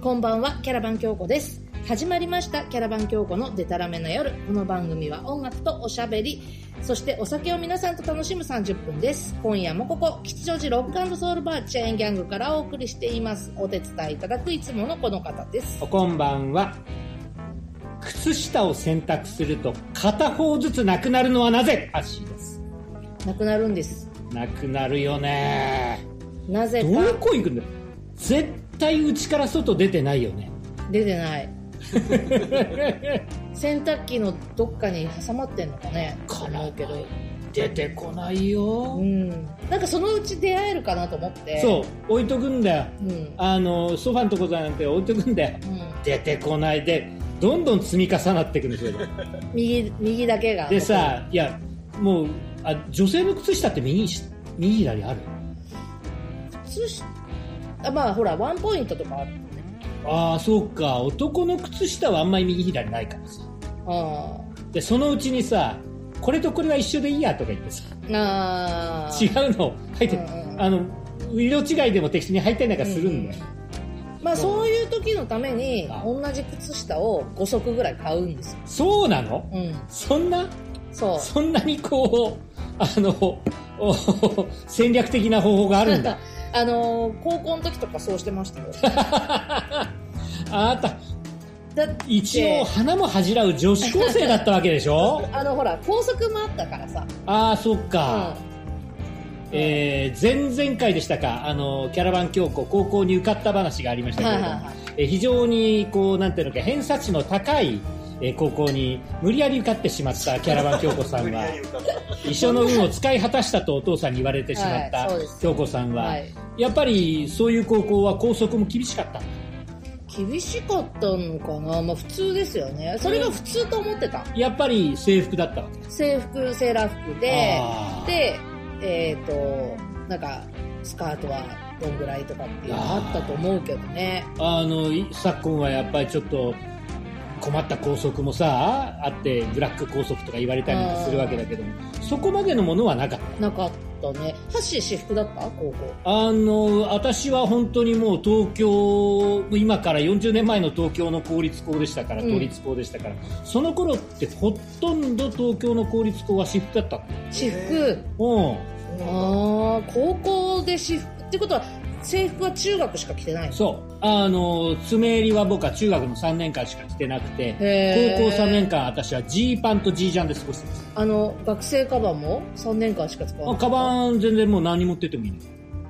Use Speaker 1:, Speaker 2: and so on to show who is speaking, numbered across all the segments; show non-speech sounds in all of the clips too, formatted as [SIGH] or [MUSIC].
Speaker 1: こんばんはキャラバン京子です始まりましたキャラバン京子のデタラメな夜この番組は音楽とおしゃべりそしてお酒を皆さんと楽しむ30分です今夜もここ吉祥寺ロックソウルバーチェーンギャングからお送りしていますお手伝いいただくいつものこの方です
Speaker 2: おこんばんは靴下を選択すると片方ずつなくなるのはなぜパッシーです
Speaker 1: なくなるんです
Speaker 2: なくなるよね
Speaker 1: なぜ
Speaker 2: ど
Speaker 1: か
Speaker 2: こ行くんだよ絶対うちから外出てないよね
Speaker 1: 出てない [LAUGHS] 洗濯機のどっかに挟まってんのかね
Speaker 2: かな
Speaker 1: 思うけど
Speaker 2: 出てこない
Speaker 1: うん
Speaker 2: よ、
Speaker 1: なんかそのうち出会えるかなと思って
Speaker 2: そう置いとくんだよ
Speaker 1: う、うん
Speaker 2: あのソファのとこだなんて置いとくんだよ
Speaker 1: うん、
Speaker 2: 出てこないでどんどん積み重なっていくんですよ
Speaker 1: 右右だけが
Speaker 2: でさいやもうあ女性の靴下って右し右左ある
Speaker 1: 靴下あまあほらワンポイントとかあるもんね
Speaker 2: ああそうか男の靴下はあんまり右左ないからさ
Speaker 1: あ
Speaker 2: でそのうちにさこれとこれは一緒でいいやとか言ってさ
Speaker 1: ーあー
Speaker 2: 違うの入って、
Speaker 1: うんうん
Speaker 2: あの色違いでも適当に入ったりなんかするんだよ、
Speaker 1: まあそういう時のために
Speaker 2: あ
Speaker 1: 同じ靴下を5足ぐらい買うんですよ
Speaker 2: そうなの
Speaker 1: うん
Speaker 2: そんな
Speaker 1: そう
Speaker 2: そんなにこうあのお戦略的な方法がある
Speaker 1: [LAUGHS]
Speaker 2: んだ
Speaker 1: あのー高校の時とかそうしてましたよ
Speaker 2: あなた
Speaker 1: だって
Speaker 2: 一応花も恥じらう女子高生だったわけで
Speaker 1: [LAUGHS]
Speaker 2: しょ
Speaker 1: あのほら校則もあったからさ
Speaker 2: ああそっか、
Speaker 1: うん
Speaker 2: えー前々回でしたかあのキャラバン教皇高校に受かった話がありましたけれども、
Speaker 1: はいはいはい
Speaker 2: えー非常にこうなんていうのか偏差値の高い、えー高校に無理やり受かってし
Speaker 1: [LAUGHS]
Speaker 2: まったキャラバン教皇さんは一生の運を使い果たしたとお父さんに言われてしまっ
Speaker 1: はい
Speaker 2: た
Speaker 1: そうです
Speaker 2: 教皇さんは、
Speaker 1: はい
Speaker 2: やっぱりそういう高校は校則も厳しかった
Speaker 1: 厳しかったのかなまあ普通ですよねそれが普通と思ってた
Speaker 2: やっぱり制服だったわけ
Speaker 1: 制服セーラー服で
Speaker 2: あー
Speaker 1: でえっ、となんかスカートはどんぐらいとかっていうのあったと思うけどね
Speaker 2: あのい昨今はやっぱりちょっと困った校則もさあってブラック校則とか言われたりなんかするわけだけどもそこまでのものはなかった
Speaker 1: なかったねハッシー私服だった高校
Speaker 2: あの私は本当にもう東京今から40年前の東京の公立校でしたから
Speaker 1: うん
Speaker 2: 都立校でしたから、その頃ってほとんど東京の公立校は私服だった
Speaker 1: 私服、
Speaker 2: の
Speaker 1: ああ高校で私服ってことは制服は中学しか着てない
Speaker 2: うん
Speaker 1: の
Speaker 2: そうあの爪襟は僕は中学の3年間しか着てなくて
Speaker 1: へー
Speaker 2: 高校3年間私はジーパンとジージャンで過ごしてました
Speaker 1: あの学生カバンも3年間しか使わな
Speaker 2: あ
Speaker 1: い
Speaker 2: カバン全然もう何持ってってもいいの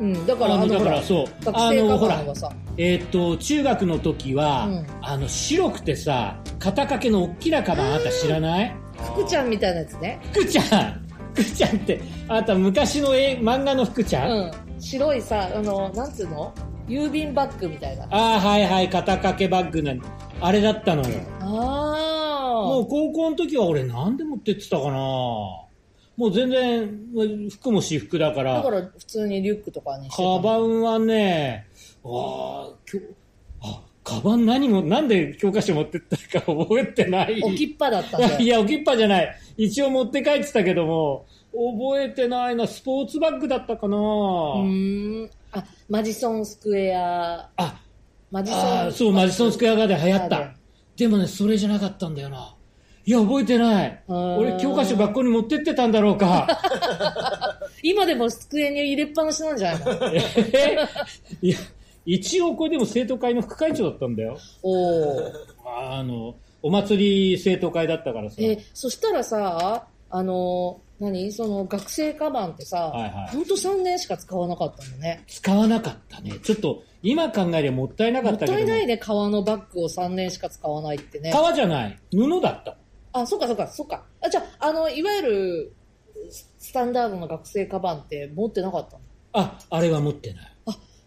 Speaker 1: うんだから
Speaker 2: あ
Speaker 1: あ
Speaker 2: の
Speaker 1: の
Speaker 2: だ
Speaker 1: ほ
Speaker 2: かららそう
Speaker 1: 学
Speaker 2: あ
Speaker 1: 生カ
Speaker 2: のほ
Speaker 1: バ
Speaker 2: ら
Speaker 1: ンはさ
Speaker 2: えーっと中学の時は、
Speaker 1: うん
Speaker 2: あの白くてさ肩掛けの大きなカバンあった知らない
Speaker 1: 福ちゃんみたいなやつね
Speaker 2: 福ちゃん福ちゃんってあなた昔の絵漫画の福ちゃん、あ
Speaker 1: うん白いさあのなんつうの郵便バッグみたいな
Speaker 2: あーはいはい肩掛けバッグなんあれだったのよ
Speaker 1: あ
Speaker 2: もう高校の時は俺なんで持ってってたかなもう全然服も私服だか
Speaker 1: あ。だ
Speaker 2: ら
Speaker 1: から普通にリュックとかにしてた
Speaker 2: カバンはね、ああ、今日、あ、カバン何も、なんで教科書持ってったか覚えてない。
Speaker 1: 置きっぱだったん
Speaker 2: い
Speaker 1: で。
Speaker 2: や、置きっぱじゃない。一応持って帰ってたけども、覚えてないな、スポーツバッグだったかな。
Speaker 1: うーん。あ、マジソンスクエア。
Speaker 2: あ、
Speaker 1: マジソン
Speaker 2: あーそう、マジソンスクエアガーデン流行っ
Speaker 1: ある
Speaker 2: た。でもね、それじゃなかったんだよな。いや、覚えてない。
Speaker 1: うーん
Speaker 2: 俺、教科書学校に持ってってたんだろう [LAUGHS] か。
Speaker 1: 今でも机に入れっぱなしなんじゃない
Speaker 2: [LAUGHS]
Speaker 1: の
Speaker 2: えいや、一応これでも生徒会の副会長だったんだよ。
Speaker 1: おー。
Speaker 2: あの、お祭り生徒会だったからさ。
Speaker 1: え、そしたらさ、あの、何その学生カバンってさ、
Speaker 2: はいはい
Speaker 1: ほんと3年しか使わなかったのね。
Speaker 2: 使わなかったね。ちょっと、今考えりゃもったいなか
Speaker 1: も
Speaker 2: っ
Speaker 1: った
Speaker 2: けど
Speaker 1: た
Speaker 2: も。
Speaker 1: いないね、革のバッグを3年しか使わないってね。
Speaker 2: 革じゃない。布だった。
Speaker 1: あ、そっかそっかそっか。あ、じゃあ、あの、いわゆる、ススタンダードの学生カバンって持ってなかったの
Speaker 2: あ、あれは持ってない。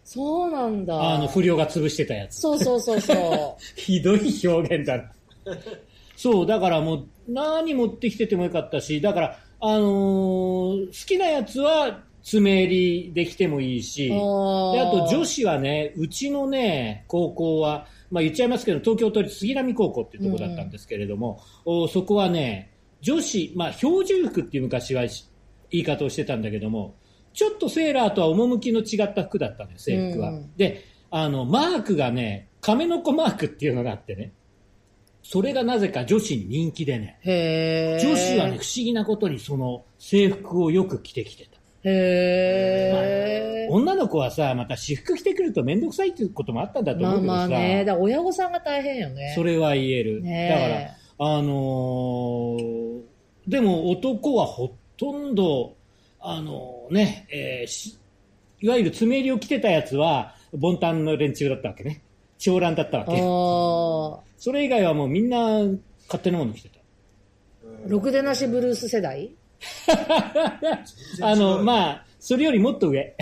Speaker 1: そうなんだ。
Speaker 2: あの、不良が潰してたやつ。 [LAUGHS]
Speaker 1: そうそうそうそう。
Speaker 2: ひどい表現だな。 [LAUGHS] そう、だからもう、何持ってきててもよかったし、だから、あのー好きなやつは、爪襟できてもいいし、
Speaker 1: あ
Speaker 2: で
Speaker 1: ー
Speaker 2: あと女子はね、うちのね、高校は、まあ言っちゃいますけど、東京都立杉並高校っていうところだったんですけれども、おそこはね、女子、まあ標準服っていう昔はし言い方をしてたんだけども、ちょっとセーラーとは趣の違った服だったんです、制服は。
Speaker 1: うん
Speaker 2: で、あの、マークがね、亀の子マークっていうのがあってね、それがなぜか女子に人気でね、
Speaker 1: へえ。
Speaker 2: 女子はね、不思議なことにその制服をよく着てきてた。
Speaker 1: へえ。
Speaker 2: 女の子はさ、また私服着てくると面倒くさいっていうこともあったんだと
Speaker 1: ま
Speaker 2: 思う
Speaker 1: あ
Speaker 2: けど
Speaker 1: ま
Speaker 2: さ、
Speaker 1: あね、だから親御さんが大変よね。
Speaker 2: それは言える。
Speaker 1: ね
Speaker 2: だから、あのーでも男はほとんど、あのーね、えーしいわゆる爪襟を着てたやつは、ボンタンの連中だったわけね。長蘭だったわ
Speaker 1: あ
Speaker 2: け。
Speaker 1: ー
Speaker 2: それ以外はもうみんな勝手なもの着てた。
Speaker 1: ろくでなしブルース世代
Speaker 2: あの、
Speaker 3: あ、
Speaker 2: まあ、それよりもっと上。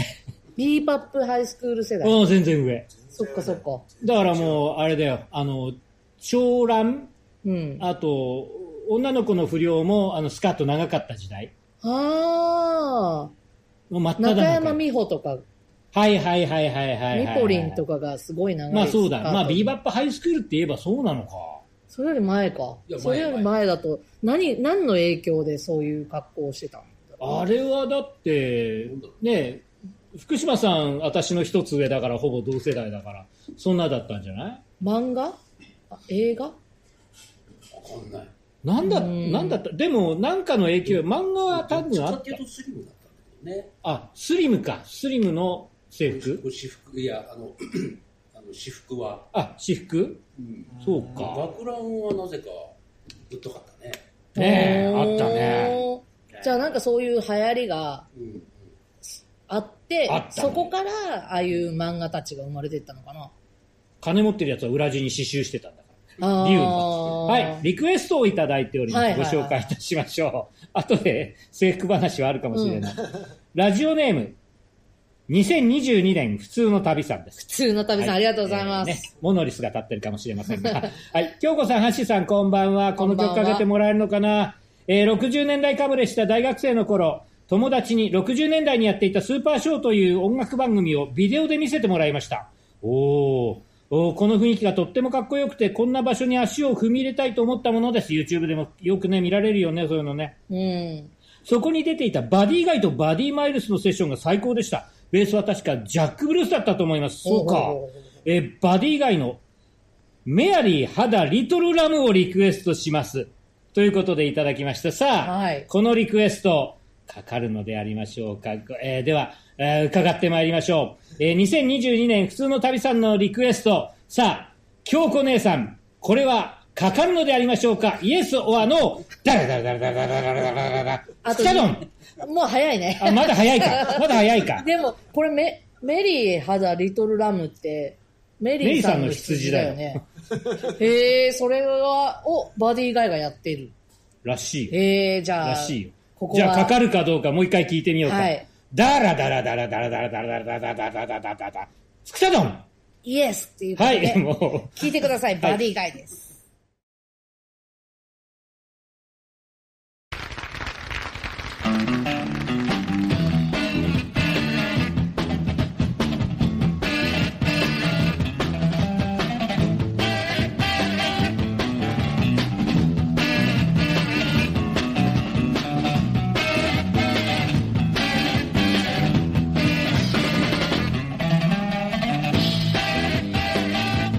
Speaker 1: ビーパップハイスクール世代。
Speaker 2: うん、全然上。
Speaker 1: そっかそっか。
Speaker 2: だからもう、あれだよ、あの、長蘭、
Speaker 1: うん。あ
Speaker 2: あと、女の子の不良も、あの、スカート長かった時代。
Speaker 1: あ
Speaker 2: もう真っ
Speaker 1: ー。
Speaker 2: 只
Speaker 1: 中
Speaker 2: 中
Speaker 1: 山美穂とか、
Speaker 2: はいはいはいはいはいはい、
Speaker 1: ミ
Speaker 2: はい。
Speaker 1: ポリンとかがすごい長い。
Speaker 2: まあそうだ。まあビーバップハイスクールって言えばそうなのか。
Speaker 1: それより前か
Speaker 3: いや。前
Speaker 1: それより前だと、何、何の影響でそういう格好をしてたんだろう
Speaker 2: あれはだって、ねえ、福島さん、私の一つ上だから、ほぼ同世代だから、そんなだったんじゃない
Speaker 1: 漫画あ映画
Speaker 3: わかんない。
Speaker 2: なんだ、
Speaker 1: うん
Speaker 2: なんだった、でも、なんかの影響、漫画は
Speaker 3: ど
Speaker 2: 単
Speaker 3: っ
Speaker 2: に
Speaker 3: ち
Speaker 2: あ
Speaker 3: か
Speaker 2: っ
Speaker 3: っていうとスリムだったんだけどね。
Speaker 2: た。あ、スリムか。スリムの制服
Speaker 3: 私服、いや、あの、 [CLEARS THROAT] あの私服は。
Speaker 2: あ、私服
Speaker 3: うん
Speaker 2: そうか。
Speaker 3: 学ランはなぜか、ぶっとかったね。
Speaker 2: ねえ、
Speaker 1: おー
Speaker 2: あったね。
Speaker 1: じゃあなんかそういう流行りが
Speaker 3: うん。
Speaker 1: あって、
Speaker 2: あったね
Speaker 1: そこからああいう漫画たちが生まれてったのかな。
Speaker 2: 金持ってるやつは裏地に刺繍してたんだか
Speaker 1: あ
Speaker 2: ら。
Speaker 1: ー
Speaker 2: 理由のはい、。リクエストをいただいております。
Speaker 1: はいはいはい
Speaker 2: ご紹介いたしましょう。 [LAUGHS] 後で制服話はあるかもしれない。ラジオネーム、2022年普通の旅さんです。
Speaker 1: 普通の旅さん、ありがとうございます。
Speaker 2: えーねモノリスが立ってるかもしれませんが。 [LAUGHS] はい、京子さん、橋さん、こんばんは。この曲
Speaker 1: こんば
Speaker 2: か
Speaker 1: んは
Speaker 2: けてもらえるのかなえー60年代かぶれした大学生の頃、友達に60年代にやっていたスーパーショーという音楽番組をビデオで見せてもらいました。おー。おーこの雰囲気がとってもかっこよくて、こんな場所に足を踏み入れたいと思ったものです。YouTube でもよくね、見られるよね、そういうのね。
Speaker 1: うん。
Speaker 2: そこに出ていたバディガイとバディマイルスのセッションが最高でした。ベースは確かジャック・ブルースだったと思います。そうか。えーバディガイのメアリー・ハダ・リトル・ラムをリクエストします。ということでいただきました。さあ、
Speaker 1: はい
Speaker 2: このリクエスト、かかるのでありましょうか。えーでは、えー伺ってまいりましょう。えー2022年普通の旅さんのリクエスト。さあ、京子姉さん、これは、かかるのでありましょうかイエス・オア・ノー。ダラダラダラダラダラダラダラ
Speaker 1: あ
Speaker 2: ス
Speaker 1: と
Speaker 2: カドン
Speaker 1: もう早いね。
Speaker 2: あ、まだ早いか。まだ早いか。
Speaker 1: [LAUGHS] でも、これメ、メリー、肌、リトルラムって、メリーさんの羊だよね。へえ、それは、をバディ以外がやってる。
Speaker 2: らしいよ。
Speaker 1: へえ、じゃあ、
Speaker 2: らしいよ。
Speaker 1: ここは
Speaker 2: じゃあ、かかるかどうかもう一回聞いてみようか。
Speaker 1: はい
Speaker 2: だらだらだらだらだらだらだらだらだらだらだらだ。つくさどん
Speaker 1: イエスっていうこと
Speaker 2: は
Speaker 1: で、
Speaker 2: い、も
Speaker 1: 聞いてください、
Speaker 2: はい
Speaker 1: バディ以外です。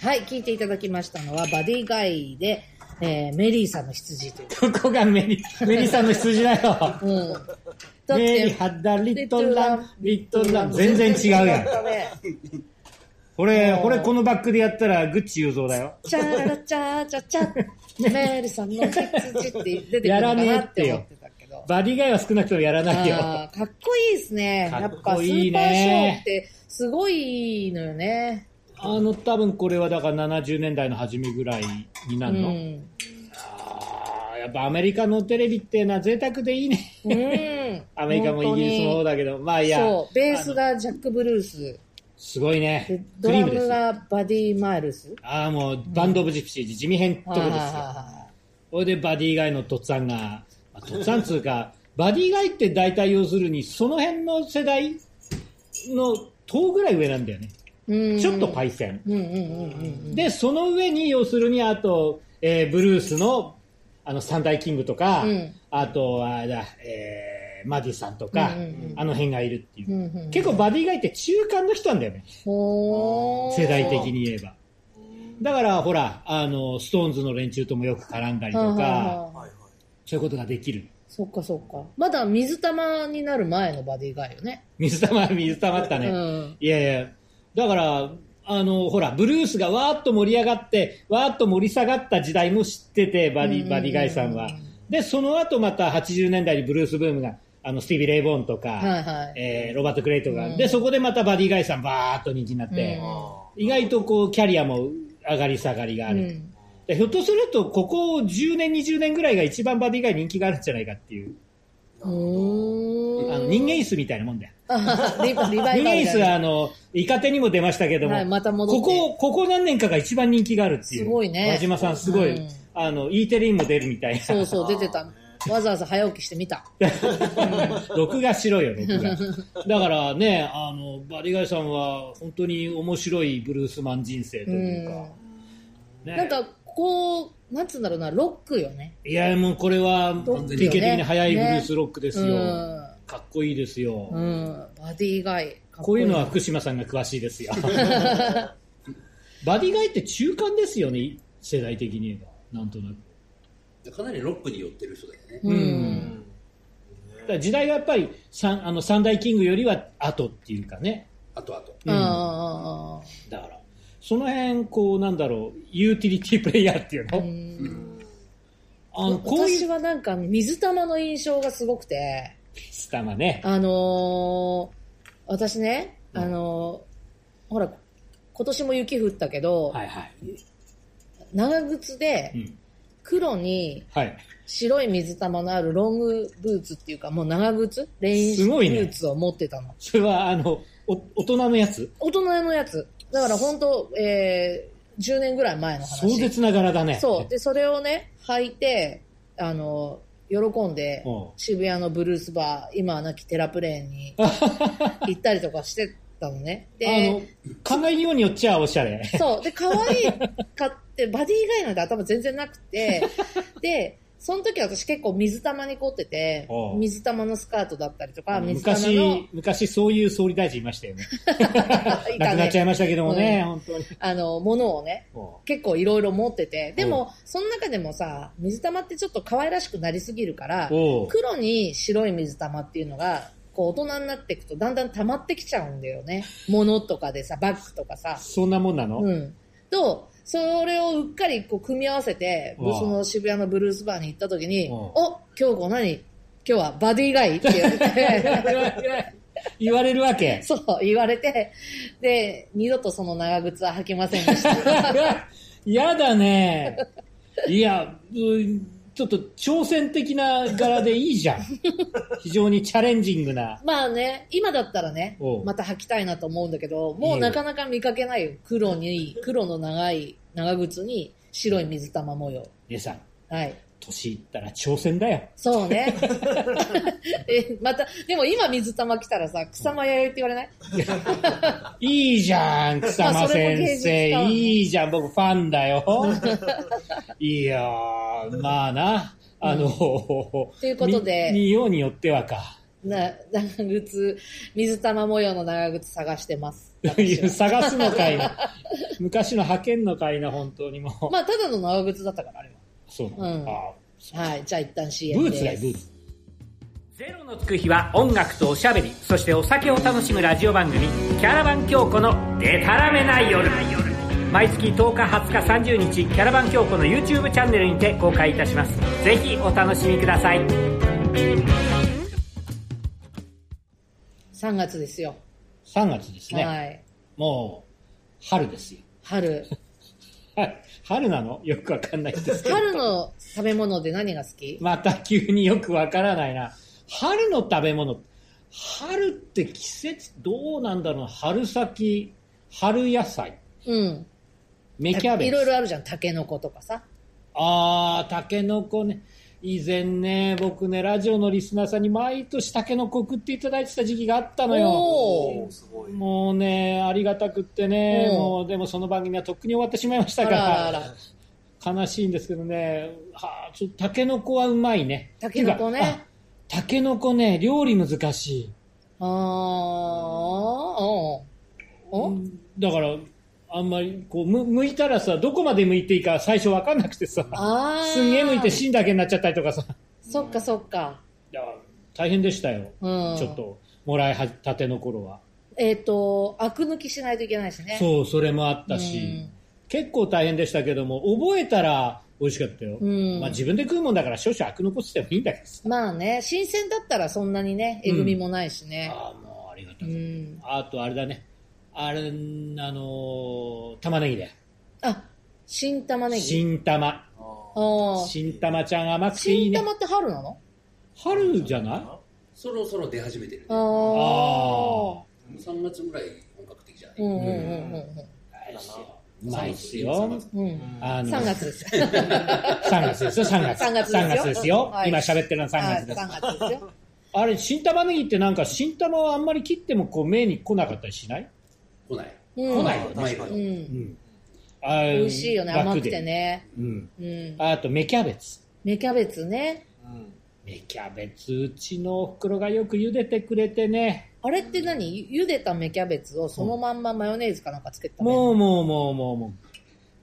Speaker 1: はい、聞いていただきましたのは、バディガイで、えーメリーさんの羊という。
Speaker 2: どこがメリ、メリさんの羊だよ。
Speaker 1: うん。だっ
Speaker 2: メリ
Speaker 1: て、
Speaker 2: ハダリトラン、リトラン。全然違うやん。
Speaker 1: ん。
Speaker 2: これ、これこのバックでやったらグッチ雄三だよ。
Speaker 1: チャラチャチャチャ、メリーさんの羊って出てくる
Speaker 2: や
Speaker 1: から
Speaker 2: ねえ
Speaker 1: な
Speaker 2: っ
Speaker 1: ってて
Speaker 2: よ
Speaker 1: 思ってたけど。
Speaker 2: バディ以外は少なくともやらないよ。
Speaker 1: あーかっこいいですね。
Speaker 2: か
Speaker 1: やっ
Speaker 2: っ
Speaker 1: ぱス
Speaker 2: こいい
Speaker 1: ーパーショー
Speaker 2: ね
Speaker 1: ってすごいいいのよね。
Speaker 2: あの、多分これはだから70年代の初めぐらいにな
Speaker 1: う
Speaker 2: るの。
Speaker 1: ん。
Speaker 2: ああ、やっぱアメリカのテレビってな、贅沢でいいね。
Speaker 1: うん。
Speaker 2: アメリカもイギリスもそうだけど、まあいや、
Speaker 1: そう、ベースがジャック・ブルース、
Speaker 2: すご
Speaker 1: で
Speaker 2: いね。ク
Speaker 1: ド
Speaker 2: リ
Speaker 1: ラ
Speaker 2: ームで
Speaker 1: ム
Speaker 2: す。あ
Speaker 1: がバディ・マイルス。
Speaker 2: あー、もう、バンド・オブ・ジプシーズ、地味編ってことです
Speaker 1: はいはい
Speaker 2: よ。
Speaker 1: はいはい
Speaker 2: それで、バディ以外のとっつぁんが、まあとっつぁんつうか、バディ以外って大体要するに、その辺の世代の10ぐらい上なんだよね。
Speaker 1: うん
Speaker 2: ちょっとパイセン。
Speaker 1: うんうんうんうんうん。
Speaker 2: で、その上に、要するに、あと、えーブルースの、あの、三大キングとか、
Speaker 1: うん
Speaker 2: あと、あれだ、えーマディさんとか、
Speaker 1: うんうんうん
Speaker 2: あの辺がいるっていう。
Speaker 1: うんうんうん
Speaker 2: 結構、バディ以外って中間の人なんだよね。
Speaker 1: ほー
Speaker 2: 世代的に言えば。だから、ほら、あの、ストーンズの連中ともよく絡んだりと
Speaker 1: はあ
Speaker 2: か、
Speaker 1: はあはあ
Speaker 4: はいはい。
Speaker 2: そういうことができる。
Speaker 1: そっかそっか。まだ水玉になる前のバディガイよね。
Speaker 2: 水溜ま、水溜まったね。
Speaker 1: うん。
Speaker 2: いやいや、だから、あの、ほら、ブルースがわーっと盛り上がって、わーっと盛り下がった時代も知ってて、バデ
Speaker 1: うん
Speaker 2: ィ、バディガイさんは。で、その後また80年代にブルースブームが、あの、スティービー・レイボーンとか、
Speaker 1: はいはい。
Speaker 2: えーロバート・クレイとか、
Speaker 1: うん
Speaker 2: で、そこでまたバディガイさんバーっと人気になって、意外とこう、キャリアも上がり下がりがある。
Speaker 1: うん
Speaker 2: でひょっとすると、ここ10年、20年ぐらいが一番バディガイ人気があるんじゃないかっていう、
Speaker 1: うーん
Speaker 2: あの人間椅子みたいなもんだよ。
Speaker 1: あリリバイ
Speaker 2: 人
Speaker 1: バ
Speaker 2: 間
Speaker 1: ル
Speaker 2: 椅
Speaker 1: だ
Speaker 2: 子は、
Speaker 1: ね
Speaker 2: あの、イカテにも出ましたけども、
Speaker 1: はい、また戻
Speaker 2: こ
Speaker 1: って。
Speaker 2: こ、ここ何年かが一番人気があるってい
Speaker 1: す
Speaker 2: う。
Speaker 1: ごいね
Speaker 2: 和島さん、すごい。
Speaker 1: うん
Speaker 2: あの、E テレにも出るみたいな。
Speaker 1: そうそう、出てた。わざわざ早起きしてみた。
Speaker 2: [LAUGHS] 録画しろよ、録画。だからね、あの、バリガイさんは、本当に面白いブルースマン人生と
Speaker 1: う
Speaker 2: い
Speaker 1: ん
Speaker 2: うか。。ね、
Speaker 1: なんか、こう、なんつうんだろうな、ロックよね。
Speaker 2: いや、もうこれは、
Speaker 3: ロックだね
Speaker 2: 典型的に早いブルースロックです
Speaker 1: うん。
Speaker 2: よ。かっこいいですよ。
Speaker 1: うん。バディガイ。かっ
Speaker 2: こういうの
Speaker 1: な
Speaker 2: は福島さんが詳しいですよ。バディガイって中間ですよね、世代的に言えば。なんとなく。
Speaker 3: かなりロックに寄ってる人だよね。
Speaker 1: う
Speaker 2: うん
Speaker 1: ん。
Speaker 2: だから時代がやっぱり三あの三大キングよりは後っていうかね、
Speaker 3: あとあと。
Speaker 1: ああ
Speaker 2: だからその辺こうなんだろうユーティリティプレイヤーっていうの,、
Speaker 1: うん
Speaker 2: あのこうい
Speaker 1: 私
Speaker 2: う
Speaker 1: はなんか水玉の印象がすごくて、
Speaker 2: スタマね
Speaker 1: あのー私ね、
Speaker 2: うん
Speaker 1: あのーほら、今年も雪降ったけど、
Speaker 2: はいはい、
Speaker 1: 長靴で
Speaker 2: うん、
Speaker 1: 黒に
Speaker 2: はい
Speaker 1: 白い水玉のあるロングブーツっていうか、もう長靴レイン
Speaker 2: す
Speaker 1: ブ
Speaker 2: ごいね
Speaker 1: ーツを持ってたの。
Speaker 2: それはあのお大人のやつ
Speaker 1: 大人のやつ。だから本当、えー、10年ぐらい前の話。
Speaker 2: 壮絶な柄だね
Speaker 1: そう。で、それをね、履いて、あの、喜んで
Speaker 2: うん、
Speaker 1: 渋谷のブルースバー、今はなきテラプレーン
Speaker 2: [LAUGHS]
Speaker 1: に行ったりとかしてたのね。で、
Speaker 2: あの考えようによっちゃおしゃれ
Speaker 1: そう。で、可愛いかって、バディ以外なんて頭全然なく
Speaker 2: [LAUGHS]
Speaker 1: て、で、その時私結構水玉に凝ってて
Speaker 2: う、ん
Speaker 1: 水玉のスカートだったりとか、水玉の
Speaker 2: 昔、昔そういう総理大臣いましたよね。
Speaker 1: [LAUGHS] いい
Speaker 2: 亡
Speaker 1: か
Speaker 2: くなっちゃ
Speaker 1: ね、
Speaker 2: いましたけどもね、本
Speaker 1: あの、ものをね、
Speaker 2: 当に。
Speaker 1: 結構いろいろ持ってて、でも、その中でもさ、水玉ってちょっと可愛らしくなりすぎるから、
Speaker 2: おう
Speaker 1: 黒に白い水玉っていうのが、こう大人になっていくとだんだん溜まってきちゃうんだよね。物とかでさ、バッグとかさ。
Speaker 2: そんなもんなの、
Speaker 1: うん。と、それをうっかりこう組み合わせて、
Speaker 2: わあ
Speaker 1: その渋谷のブルースバーに行った時に、
Speaker 2: うん
Speaker 1: お、京子何今日はバディがいいって言われて。
Speaker 2: 言われるわけ。 [LAUGHS]
Speaker 1: そう、言われて、で、二度とその長靴は履きませんでした。
Speaker 2: やだね。いや、うんちょっと挑戦的な柄でいいじゃん。非常にチャレンジングな。
Speaker 1: まあね、今だったらね
Speaker 2: お、う
Speaker 1: また履きたいなと思うんだけど、もうなかなか見かけないよ。黒に、黒の長い、長靴に白い水玉模様。
Speaker 2: 皆さん、
Speaker 1: はい。
Speaker 2: 年いったら挑戦だよ。
Speaker 1: そう
Speaker 2: [LAUGHS]
Speaker 1: ね。え、また、でも今水玉来たらさ、草間弥生って言われない
Speaker 2: いいじゃん、草
Speaker 1: まあ
Speaker 2: 間
Speaker 1: それも芸
Speaker 2: 先
Speaker 1: 術だわ
Speaker 2: 生。
Speaker 1: ね
Speaker 2: いいじゃん、僕ファン
Speaker 1: [LAUGHS]
Speaker 2: だよ。いやー、まあな。あの、
Speaker 1: ということで
Speaker 2: 見見ようによってはか。
Speaker 1: な長靴、水玉模様の長靴探してます。私は
Speaker 2: [LAUGHS] 探すのかいな。昔の派遣のかいな、本当にもう。
Speaker 1: まあ、ただの長靴だったから、あれ
Speaker 2: そうなんだ。
Speaker 1: うん
Speaker 2: あ
Speaker 1: は。はい、じゃあ一旦 CM
Speaker 2: ブ
Speaker 1: で
Speaker 2: ー
Speaker 1: す。
Speaker 2: ツだよ、ブーツ。
Speaker 4: ゼロのつく日は音楽とおしゃべりそしてお酒を楽しむラジオ番組「キャラバン京子のでたらめな夜」毎月10日20日30日キャラバン京子の YouTube チャンネルにて公開いたしますぜひお楽しみください
Speaker 1: 3月ですよ。
Speaker 2: 3月ですね。
Speaker 1: はい。
Speaker 2: もう、春ですよ。
Speaker 1: 春。
Speaker 2: はい。春なのよくわかんないですけど。
Speaker 1: 春の食べ物で何が好き
Speaker 2: また急によくわからないな。春の食べ物。春って季節、どうなんだろうな春先、春野菜、
Speaker 1: うん。
Speaker 2: 芽キャベツ。
Speaker 1: いろいろあるじゃん。タケノコとかさ。
Speaker 2: あー、タケノコね。以前ね、僕ね、ラジオのリスナーさんに毎年タケノコ送っていただいてた時期があったのよ。
Speaker 1: おー。
Speaker 3: すごい。
Speaker 2: もうね、ありがたくってね、
Speaker 1: うん
Speaker 2: もう、でもその番組はとっくに終わってしまいまし
Speaker 1: あ
Speaker 2: たから
Speaker 1: あ
Speaker 2: ら、
Speaker 1: らあら。
Speaker 2: 悲しいんですけどね、はあ、ちょっとタケノコはうまいね。
Speaker 1: タケノコね
Speaker 2: てか。あタケノコね、料理難しい。
Speaker 1: あー。おお
Speaker 2: だから、あんまり、こう、む、剥いたらさ、どこまで剥いていいか最初わかんなくてさ、
Speaker 1: あー。
Speaker 2: すんげえ剥いて芯だけになっちゃったりとかさ、
Speaker 1: そっかそっか。
Speaker 2: いや大変でしたよ。
Speaker 1: うん。
Speaker 2: ちょっ。と、もらいはたての頃は。
Speaker 1: えっ、と、アク抜きしないといけないしね。
Speaker 2: そう、それもあった
Speaker 1: う
Speaker 2: し
Speaker 1: ん、
Speaker 2: 結構大変でしたけども、覚えたら美味しかったよ。
Speaker 1: うん
Speaker 2: まあ自分で食うもんだから少々悪残してもいいんだけどさ。
Speaker 1: まあね、新鮮だったらそんなにね、えぐみもないしね。
Speaker 2: ああ、もうありがた
Speaker 1: う
Speaker 2: い。
Speaker 1: ん。
Speaker 2: あとあれだね。あれ、あのー玉ねぎだよ。
Speaker 1: あ、新玉ねぎ。
Speaker 2: 新玉。
Speaker 1: あー
Speaker 2: 新玉ちゃん甘くていい
Speaker 1: 新
Speaker 2: ね。
Speaker 1: 玉って春なの
Speaker 2: 春じゃない
Speaker 3: そろそろ出始めてるね。
Speaker 1: あ
Speaker 2: あ
Speaker 1: あ。
Speaker 3: 3月ぐらい本格的じゃない、
Speaker 1: うんうんうん
Speaker 2: うまいっすよ。
Speaker 1: うんうん。うん。
Speaker 2: あの
Speaker 1: 3月ですよ。
Speaker 2: 3月ですよ、3月。
Speaker 1: 3月ですよ [LAUGHS]
Speaker 2: 3ですよ
Speaker 1: はい
Speaker 2: 今喋ってるのは3
Speaker 1: はい
Speaker 2: 月です。
Speaker 1: 3月ですよ。
Speaker 2: あれ、新玉ねぎってなんか、新玉はあんまり切ってもこう目に来なかったりしない
Speaker 3: 来ない。
Speaker 1: うん
Speaker 2: 来ないよね
Speaker 3: マイルド
Speaker 1: う。
Speaker 2: うんん。あ
Speaker 1: 美味しいよね、甘くて。ね。
Speaker 2: バッグでうん。
Speaker 1: うん。
Speaker 2: あと、芽キャベツ。
Speaker 1: 芽キャベツね。
Speaker 2: 芽キャベツ、うちのお袋がよく茹でてくれてね。
Speaker 1: あれって何ゆ茹でた芽キャベツをそのまんまマヨネーズかなんかつけてたね
Speaker 2: もうもうもうもうもう。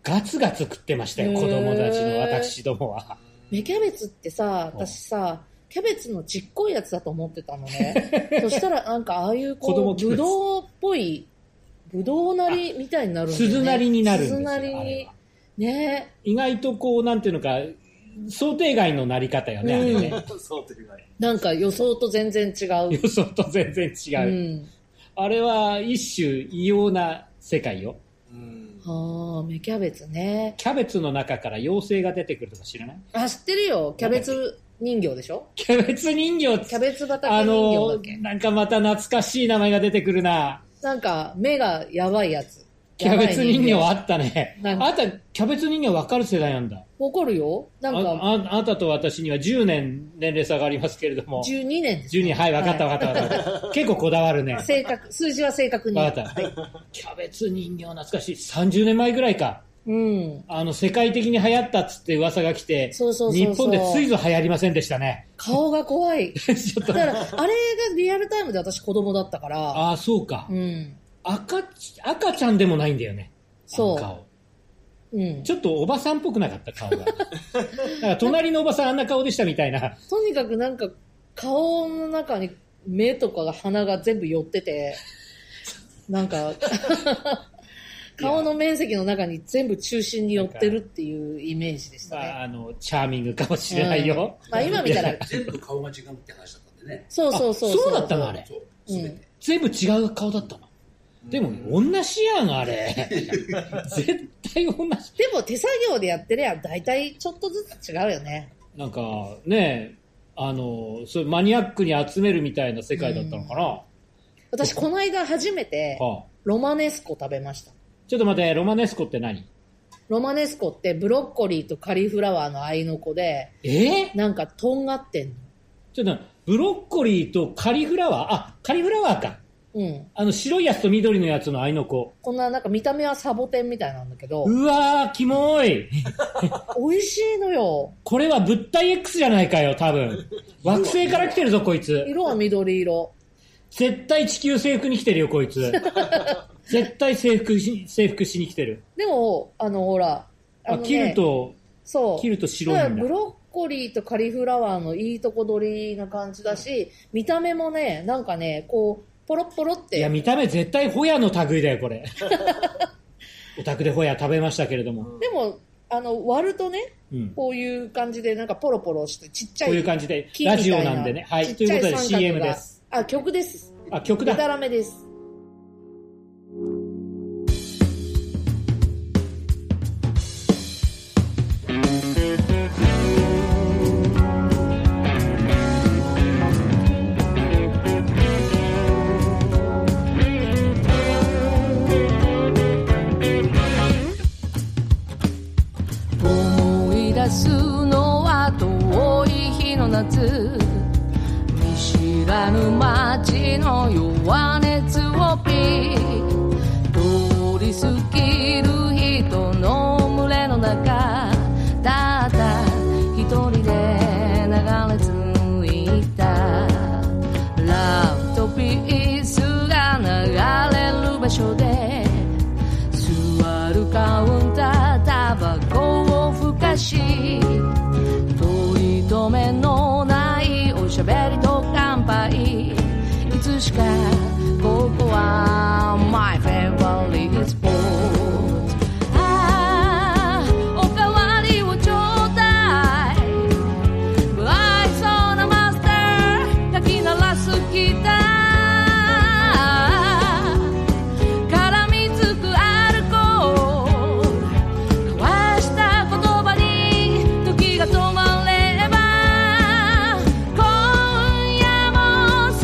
Speaker 2: ガツガツ食ってましたよ、
Speaker 1: へー
Speaker 2: 子供たちの私どもは。
Speaker 1: 芽キャベツってさ、私さ、キャベツのちっこいやつだと思ってたの
Speaker 2: [LAUGHS]
Speaker 1: ね。そしたらなんかああいうこ
Speaker 2: 子供
Speaker 1: う、
Speaker 2: キャベツ
Speaker 1: ぶどうっぽい、ぶどうなりみたいになるんだよね。
Speaker 2: 鈴なりになるんですよ。
Speaker 1: 鈴なり
Speaker 2: あれ
Speaker 1: に
Speaker 2: は。
Speaker 1: ね
Speaker 2: 意外とこう、なんていうのか、想定外のなり方よね、あれね。
Speaker 1: なんか予想と全然違う。
Speaker 2: 予想と全然違う。
Speaker 1: うん。
Speaker 2: あれは一種異様な世界よ。
Speaker 1: ああ、芽キャベツね。
Speaker 2: キャベツの中から妖精が出てくるとか知らない
Speaker 1: あ、知ってるよ。キャベツ人形でしょ
Speaker 2: キャベツ人形
Speaker 1: キャベツ畑
Speaker 2: あ
Speaker 1: 人形だ
Speaker 2: の
Speaker 1: っけ、
Speaker 2: なんかまた懐かしい名前が出てくるな。
Speaker 1: なんか目がやばいやつ。
Speaker 2: キャベツ人形
Speaker 1: やばい
Speaker 2: あったね。あ
Speaker 1: なんか
Speaker 2: なた、キャベツ人形わかる世代なんだ。
Speaker 1: わかるよ。な
Speaker 2: あ
Speaker 1: んか
Speaker 2: ああなたと私には10年年齢差がありますけれども。
Speaker 1: 12年です。
Speaker 2: 12年、はい、わかったわかったわか
Speaker 1: [LAUGHS]
Speaker 2: った。結構こだわるね。
Speaker 1: 正確、数字は正確に。
Speaker 2: わかった。キャベツ人形懐かしい。30年前ぐらいか。
Speaker 1: うん。
Speaker 2: あの、世界的に流行ったっつって噂が来て、
Speaker 1: そうそうそうそう
Speaker 2: 日本でついぞ流行りませんでしたね。
Speaker 1: 顔が怖い。
Speaker 2: [LAUGHS] ちょ
Speaker 1: だ
Speaker 2: っと、
Speaker 1: から、あれがリアルタイムで私子供だったから、
Speaker 2: ああ、そうか、
Speaker 1: うん。
Speaker 2: 赤ち。赤ちゃんでもないんだよね。
Speaker 1: そう
Speaker 2: あの顔
Speaker 1: うん。
Speaker 2: ちょっとおばさんっぽくなかった、顔が。なんか隣のおばさんあんな顔でしたみたいな。
Speaker 1: とにかくなんか、顔の中に目とかが鼻が全部寄ってて、なん
Speaker 2: [LAUGHS]
Speaker 1: か、顔の面積の中に全部中心に寄ってるっていうイメージでした
Speaker 2: ま
Speaker 1: ね。
Speaker 2: あ、あの、チャーミングかもしれないよ。
Speaker 1: うんまあ今見たら
Speaker 2: いや
Speaker 3: 全部顔が違うって話だったんでね。
Speaker 1: そうそうそう。
Speaker 2: あそうだったのあれ
Speaker 3: そう、すべて。
Speaker 2: 全部違う顔だったの。でも、同じやん、あれ。絶対同じ。
Speaker 1: でも手作業でやってりゃ大体ちょっとずつ違うよね。
Speaker 2: なんかね、あの、そういうマニアックに集めるみたいな世界だったのかな。
Speaker 1: 私この間初めて
Speaker 2: はあ
Speaker 1: ロマネスコ食べました。
Speaker 2: ちょっと待って、ロマネスコって何
Speaker 1: ロマネスコってブロッコリーとカリフラワーの合いの子で、
Speaker 2: えー、
Speaker 1: なんかとんがってんの。
Speaker 2: ちょっと、ブロッコリーとカリフラワーあ、カリフラワーか。
Speaker 1: うん。
Speaker 2: あの、白いやつと緑のやつの愛の子。
Speaker 1: こんななんか見た目はサボテンみたいなんだけど、
Speaker 2: うわー、キモい。
Speaker 1: 美味しいのよ。
Speaker 2: これは物体 X じゃないかよ、多分。惑星から来てるぞ、こいつ。
Speaker 1: 色は緑色。
Speaker 2: 絶対地球征服に来てるよ、こ
Speaker 1: [LAUGHS]
Speaker 2: いつ。絶対征服し、征服しに来てる。
Speaker 1: でも、あの、ほら、
Speaker 2: あ、
Speaker 1: のね
Speaker 2: キルト、
Speaker 1: そう。
Speaker 2: キルト白いん
Speaker 1: だ
Speaker 2: だ
Speaker 1: からブロッコリーとカリフラワーのいいとこ取りな感じだし、見た目もね、なんかね、こう、ポロッポロっ
Speaker 2: いや、
Speaker 1: て。
Speaker 2: 見た目絶対ホヤの類だよ、こ
Speaker 1: [LAUGHS]
Speaker 2: れ。お宅でホヤ食べましたけれども。
Speaker 1: でも、あの、割るとね、
Speaker 2: うん。こ
Speaker 1: こういう感じで、なんかポロポロして、ちっちゃい。
Speaker 2: ういう感じで、
Speaker 1: 木みたい
Speaker 2: ラジオなんでね。はい。ということで CM で。
Speaker 1: ちっちゃい三角が
Speaker 2: す。
Speaker 1: あ、曲です。
Speaker 2: あ、曲
Speaker 1: でた
Speaker 2: だ。
Speaker 1: らめです。
Speaker 5: 思い出すのは遠い日の夏見知らぬ街の弱熱をピー通り過ぎる人の群れの中ただ一人で流れ着いたラブとピースが流れる場所で座るカウンタータバコをふかし取り留めのないおしゃべりと乾杯いつしかここは My favorite spot ああおかわりをちょうだい愛想なマスターかき鳴らすギター絡みつくアルコール交わした言葉に時が止まれば今夜も過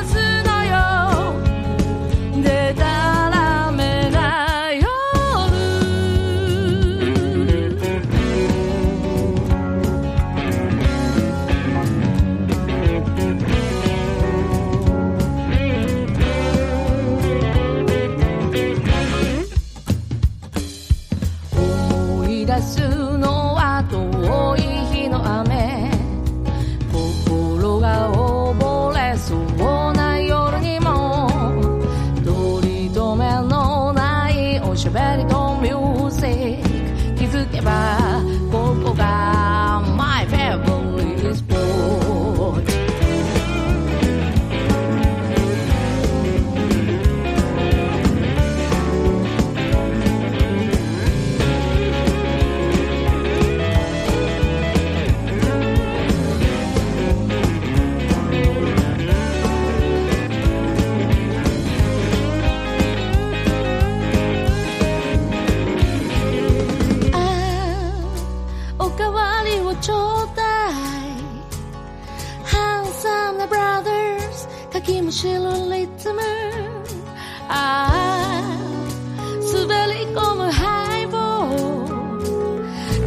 Speaker 5: ごすのよでたらめな夜思い出すのは遠い日の雨心が溺れそうな夜にも取り留めのないおしゃべりとミュージック気づけばここが My favorite spot ああおかわりをちょうだいハンサムなブラザーズかきむしるリズムああ滑り込むハイボ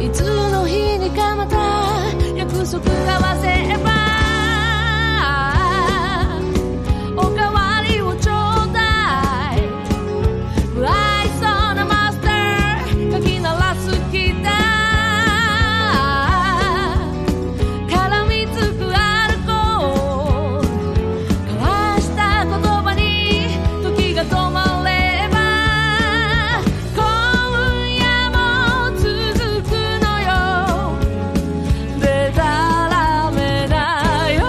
Speaker 5: ールいつの日にかまた約束交わせばおかわりをちょうだい愛想なマスターかき鳴らすギター絡みつくアルコール交わした言葉に時が止まれば今夜も続くのよでたらめな夜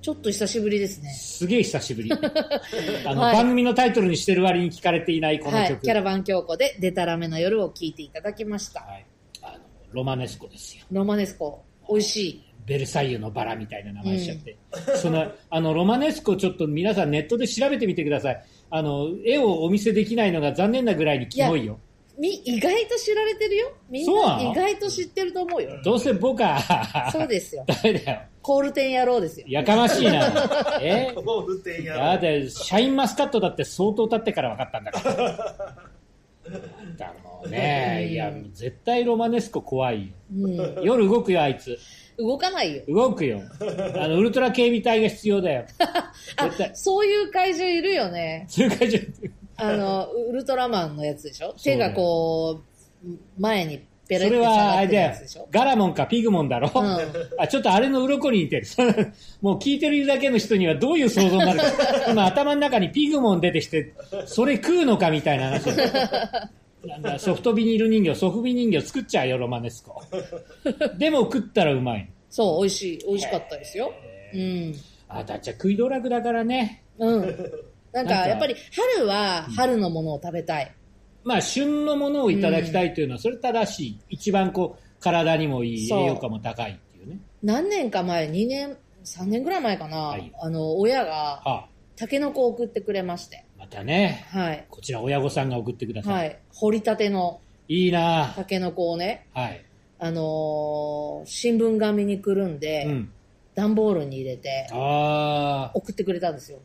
Speaker 1: ちょっと久しぶりですね。
Speaker 2: すげえ
Speaker 1: [LAUGHS]
Speaker 2: 久しぶり。あの、
Speaker 1: はい
Speaker 2: 番組のタイトルにしてる割に聞かれていないこの
Speaker 1: はい。
Speaker 2: 曲。
Speaker 1: キャラバン京子で、でたらめの夜を聴いていただきました。
Speaker 2: はいあの、ロマネスコですよ。
Speaker 1: ロマネスコ、美味しい。
Speaker 2: ベルサイユのバラみたいな名前しちゃって、そのあのロマネスコちょっと皆さんネットで調べてみてくださいあの絵をお見せできないのが残念なぐらいにキモいよ
Speaker 1: み意外と知られてるよみん
Speaker 2: そうな
Speaker 1: な
Speaker 2: の
Speaker 1: 意外と知ってると思うよ
Speaker 2: どうせ僕は
Speaker 1: そうですよ
Speaker 2: ダメだよ
Speaker 1: コールテン野郎ですよ
Speaker 2: やかましいなえ
Speaker 6: もう打ってんやろ
Speaker 2: だってシャインマスカットだって相当経ってから分かったんだからだもんねいや絶対ロマネスコ怖いよ
Speaker 1: うん
Speaker 2: 夜動くよあいつ
Speaker 1: 動かないよ
Speaker 2: 動くよあのウルトラ警備隊が必要だよ
Speaker 1: あ
Speaker 2: 絶対
Speaker 1: そういう怪獣いるよね
Speaker 2: それからちょっ
Speaker 1: あのウルトラマンのやつでしょ
Speaker 2: そうだ
Speaker 1: 手
Speaker 2: よ
Speaker 1: がこう前に
Speaker 2: と
Speaker 1: ペレッ
Speaker 2: それ
Speaker 1: て下
Speaker 2: はあ
Speaker 1: がって
Speaker 2: れ
Speaker 1: る
Speaker 2: だ
Speaker 1: や
Speaker 2: よ
Speaker 1: つでしょ
Speaker 2: ガラモンかピグモンだろ、
Speaker 1: うん
Speaker 2: [LAUGHS] あちょっとあれの鱗に似てる [LAUGHS] もう聞いてるだけの人にはどういう想像になるか
Speaker 1: [LAUGHS]
Speaker 2: この頭の中にピグモン出てきてそれ食うのかみたい
Speaker 1: [LAUGHS]
Speaker 2: な話なんだソフトビニール人形ソフビ人形作っちゃうよロマネスコ [LAUGHS] でも食ったらうまい
Speaker 1: そう美味しい美味しかったですようん
Speaker 2: あだっちゃ食いドラグだからね [LAUGHS]
Speaker 1: うんなん
Speaker 2: なん
Speaker 1: か
Speaker 2: か
Speaker 1: やっぱり春は春のものを食べたい
Speaker 2: まあ旬のものをいただきたいというのはそれ正しい一番こう体にもいい
Speaker 1: そう
Speaker 2: 栄養価も高いっていうね
Speaker 1: 何年か前2年3年ぐらい前かな、
Speaker 2: はい
Speaker 1: あの親が
Speaker 2: はあ
Speaker 1: タケノコを送ってくれまして
Speaker 2: またね
Speaker 1: はい
Speaker 2: こちら親御さんが送ってください、、
Speaker 1: はいい掘りたての
Speaker 2: いな
Speaker 1: タケノコをね
Speaker 2: あはい、
Speaker 1: あのー新聞紙にくるんで、
Speaker 2: うん、
Speaker 1: 段ボールに入れて
Speaker 2: ああ
Speaker 1: 送ってくれたんですよ。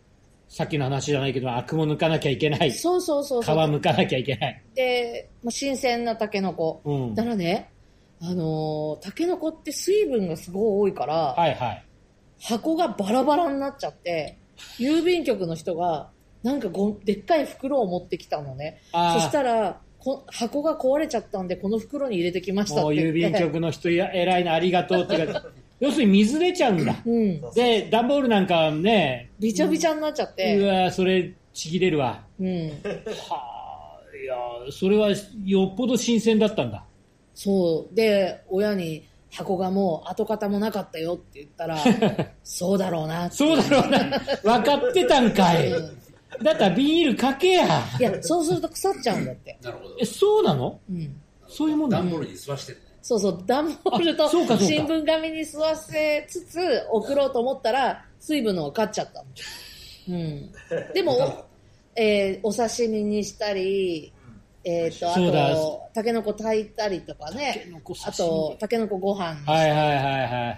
Speaker 2: さっきの話じゃないけど、アクも抜かなきゃいけない。皮
Speaker 1: そうそうそうそう。
Speaker 2: むかなきゃいけない。
Speaker 1: で、まあ、新鮮なタケノコ。
Speaker 2: うん。
Speaker 1: だ
Speaker 2: は
Speaker 1: からね、あのータケノコって水分がすごい多いから、
Speaker 2: いはい。
Speaker 1: 箱がバラバラになっちゃって、郵便局の人が、なんかごでっかい袋を持ってきたのね。
Speaker 2: あ
Speaker 1: そ
Speaker 2: ー
Speaker 1: したら、こ箱が壊れちゃったんで、この袋に入れてきました
Speaker 2: も
Speaker 1: っ
Speaker 2: う
Speaker 1: て言
Speaker 2: 郵
Speaker 1: って。
Speaker 2: 便局の人や、偉いな、ありがとうっ
Speaker 1: [LAUGHS]
Speaker 2: ていうか要するに水出ちゃうんだ。
Speaker 1: うん。
Speaker 2: で、段ボールなんかね、
Speaker 1: びちゃびちゃになっちゃっ
Speaker 2: う
Speaker 1: て。
Speaker 2: わ、それ、ちぎれるわ。
Speaker 1: うん。
Speaker 2: はあ、いや、それはよっぽど新鮮だったんだ。
Speaker 1: そう。で、親に箱がもう跡形もなかったよって言った
Speaker 2: [LAUGHS]
Speaker 1: ら、そうだろうなって。
Speaker 2: そうだろうな。分かってたんかい。だったらビニールかけや。
Speaker 1: いや、そうすると腐っちゃうんだって。
Speaker 3: なるほど
Speaker 2: え、。そうなの
Speaker 1: うん。
Speaker 2: そういうもんな
Speaker 3: 段
Speaker 2: の
Speaker 3: ボールに吸わしてるね。
Speaker 1: そうそう、段ボールと
Speaker 2: あそうかそうか
Speaker 1: 新聞紙に吸わせつつ送ろうと思ったら、水分の方が勝っちゃったの。うん。でも、おえーお刺身にしたり、えっ、と、あ
Speaker 2: そうだ
Speaker 1: と、タケノコ炊いたりとか
Speaker 2: タケ
Speaker 1: ね
Speaker 2: ノコ、刺
Speaker 1: あ
Speaker 2: 身
Speaker 1: と、タケノコご飯にして、
Speaker 2: はいはいはいはいは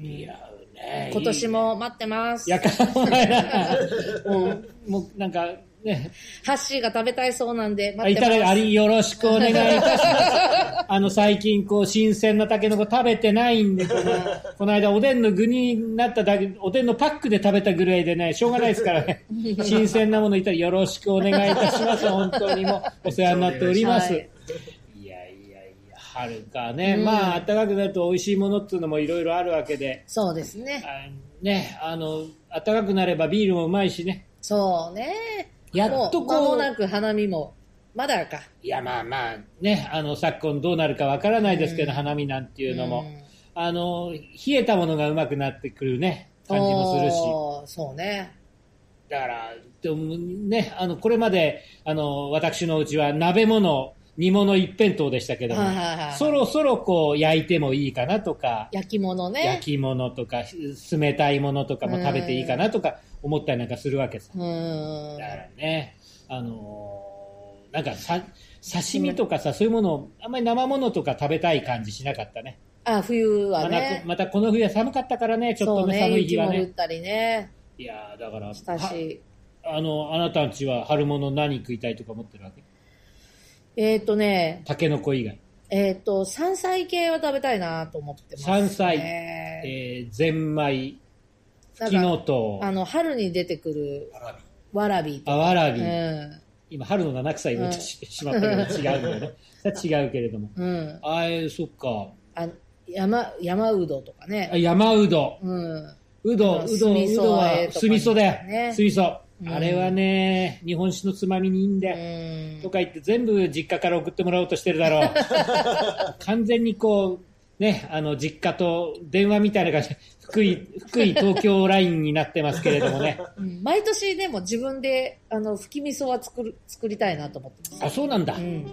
Speaker 2: い。いや、ね
Speaker 1: [LAUGHS] 今年も待ってます。
Speaker 2: やかお前ら、もう、もうなんかね、
Speaker 1: ハッシーが食べたいそうなんで、待
Speaker 2: い
Speaker 1: ってま
Speaker 2: た
Speaker 1: す。
Speaker 2: だありよろしくお願い
Speaker 1: [LAUGHS]
Speaker 2: いたします。あの、最近こう、新鮮なタケノコ食べてない
Speaker 1: [LAUGHS]
Speaker 2: んで、この、この間おでんの具になっただけ、おでんのパックで食べたぐらいでね、しょうがないですから
Speaker 1: [LAUGHS]
Speaker 2: ね、新鮮なものいたらよろしくお願いいたします。本当にもう、お世話になっております。
Speaker 1: はい
Speaker 2: い、やいやいや、春かね、まあ、暖かくなると美味しいものっていうのもいろいろあるわけで、
Speaker 1: そうですね。
Speaker 2: あね、あの、暖かくなればビールもうまいしね。
Speaker 1: そうね。
Speaker 2: やっとこう
Speaker 1: もう間もなく花見も、まだか。
Speaker 2: いや、まあまあ、ね、あの、昨今どうなるかわからないですけど、花見なんていうのも、
Speaker 1: うん
Speaker 2: あの、冷えたものがうまくなってくるね、感じもするし。
Speaker 1: おーそうね。
Speaker 2: だから、でもね、あの、これまで、あの、私のうちは鍋物、煮物一辺倒でしたけども
Speaker 1: はいはいはい、
Speaker 2: そろそろこう、焼いてもいいかなとか、
Speaker 1: 焼き物ね。
Speaker 2: 焼き物とか、冷たいものとかも食べていいかなとか、思ったりなんかするわけさ。
Speaker 1: うーん
Speaker 2: だからね、あのーなんかさ刺身とかさ、そういうものを、あんまり生ものとか食べたい感じしなかったね。
Speaker 1: あ、冬
Speaker 2: ま
Speaker 1: は
Speaker 2: た
Speaker 1: ね。
Speaker 2: またこの冬は寒かったからね、ちょっ
Speaker 1: そう
Speaker 2: とね、
Speaker 1: ね、
Speaker 2: 寒い日
Speaker 1: 雪
Speaker 2: は
Speaker 1: も降っ
Speaker 2: ね。
Speaker 1: たりね。
Speaker 2: いやーだから、
Speaker 1: したし。
Speaker 2: あの、あなたんちは春物何食いたいとか思ってるわけ
Speaker 1: えっ、とね、
Speaker 2: タケノコ以外。
Speaker 1: えっ、と、山菜系は食べたいなと思ってます、ね。
Speaker 2: 山菜
Speaker 1: え
Speaker 2: えー、ゼンマイ、
Speaker 1: な
Speaker 2: フ
Speaker 1: ん
Speaker 2: キ
Speaker 1: か
Speaker 2: ノト
Speaker 1: あの、春に出てくる
Speaker 3: わらび。
Speaker 1: わらびと
Speaker 2: あわら
Speaker 1: か。
Speaker 2: び。
Speaker 1: うん。
Speaker 2: 今、春の七草言おうとし,、まったけど、違うんだよね。それは違うけれども。
Speaker 1: うん。
Speaker 2: あーえー、そっか。
Speaker 1: あ山、山うどとか
Speaker 2: あ
Speaker 1: ね。
Speaker 2: 山うど。
Speaker 1: うん。
Speaker 2: う
Speaker 1: あ
Speaker 2: ど、
Speaker 1: の
Speaker 2: うど、
Speaker 1: 酢味
Speaker 2: う
Speaker 1: 噌
Speaker 2: ど
Speaker 1: 和え
Speaker 2: は
Speaker 1: とか
Speaker 2: 酢味噌だ
Speaker 1: ね
Speaker 2: よ。酢味噌
Speaker 1: う。ん
Speaker 2: あれはね、日本酒のつまみにいいんだ
Speaker 1: う
Speaker 2: よ。
Speaker 1: ん
Speaker 2: と。か言って全部実家から送ってもらおうとしてる
Speaker 1: [LAUGHS]
Speaker 2: だろう。完全にこう、ね、あの、実家と電話みたいな感じで、福井、福井東京ラインになってますけれども
Speaker 1: [LAUGHS]
Speaker 2: ね。
Speaker 1: うん毎年でも自分で、あの、吹き味噌は作る、作りたいなと思ってます。
Speaker 2: あ、そうなんだ。
Speaker 1: う
Speaker 2: ね
Speaker 1: ん。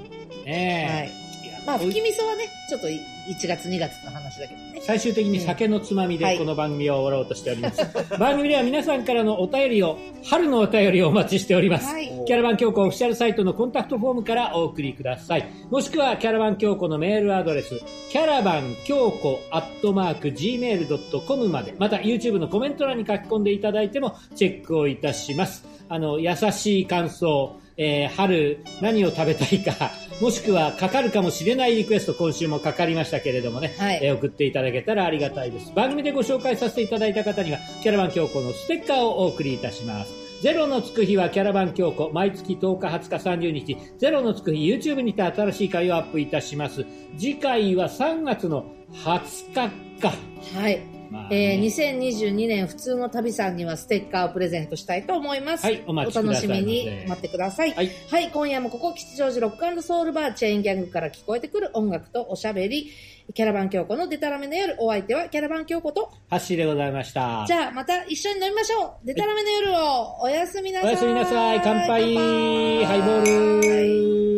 Speaker 2: え。
Speaker 1: はい
Speaker 2: いや
Speaker 1: まあ、吹き味噌はね、ちょっとい1月2月の話だけどね。
Speaker 2: 最終的に酒のつまみ
Speaker 1: は
Speaker 2: で
Speaker 1: い
Speaker 2: この番組は終わろうとしております、 [LAUGHS] 番組では皆さんからのお便りを春のお便りをお待ちしております、
Speaker 1: はい
Speaker 2: キャラバン教皇オフィシャルサイトのコンタクトフォームからお送りくださいもしくはキャラバン教皇のメールアドレスキャラバン教皇アットマーク Gmail.com までまた YouTube のコメント欄に書き込んでいただいてもチェックをいたしますあの優しい感想えー春何を食べたいかもしくはかかるかもしれないリクエスト今週もかかりましたけれどもね、
Speaker 1: はい
Speaker 2: えー送っていただけたらありがたいです番組でご紹介させていただいた方にはキャラバン教皇のステッカーをお送りいたしますゼロのつく日はキャラバン教皇毎月10日20日30日ゼロのつく日 YouTube にて新しい回をアップいたします次回は3月の20日か、
Speaker 1: はい。
Speaker 2: まあね
Speaker 1: えー、2022年普通の旅さんにはステッカーをプレゼントしたいと思います。
Speaker 2: はいお待ちください
Speaker 1: お
Speaker 2: ませ
Speaker 1: 楽しみに待ってください。
Speaker 2: はい
Speaker 1: はい、今夜もここ、吉祥寺ロックソウルバーチェーンギャングから聞こえてくる音楽とおしゃべり、キャラバン京子のデタラメの夜、お相手はキャラバン京子と、
Speaker 2: ハッシーでございました
Speaker 1: じゃあまた一緒に飲みましょうデタラメの夜をおやすみなさ
Speaker 2: お
Speaker 1: い
Speaker 2: やすみなさい乾杯
Speaker 1: 乾杯
Speaker 2: ハイボール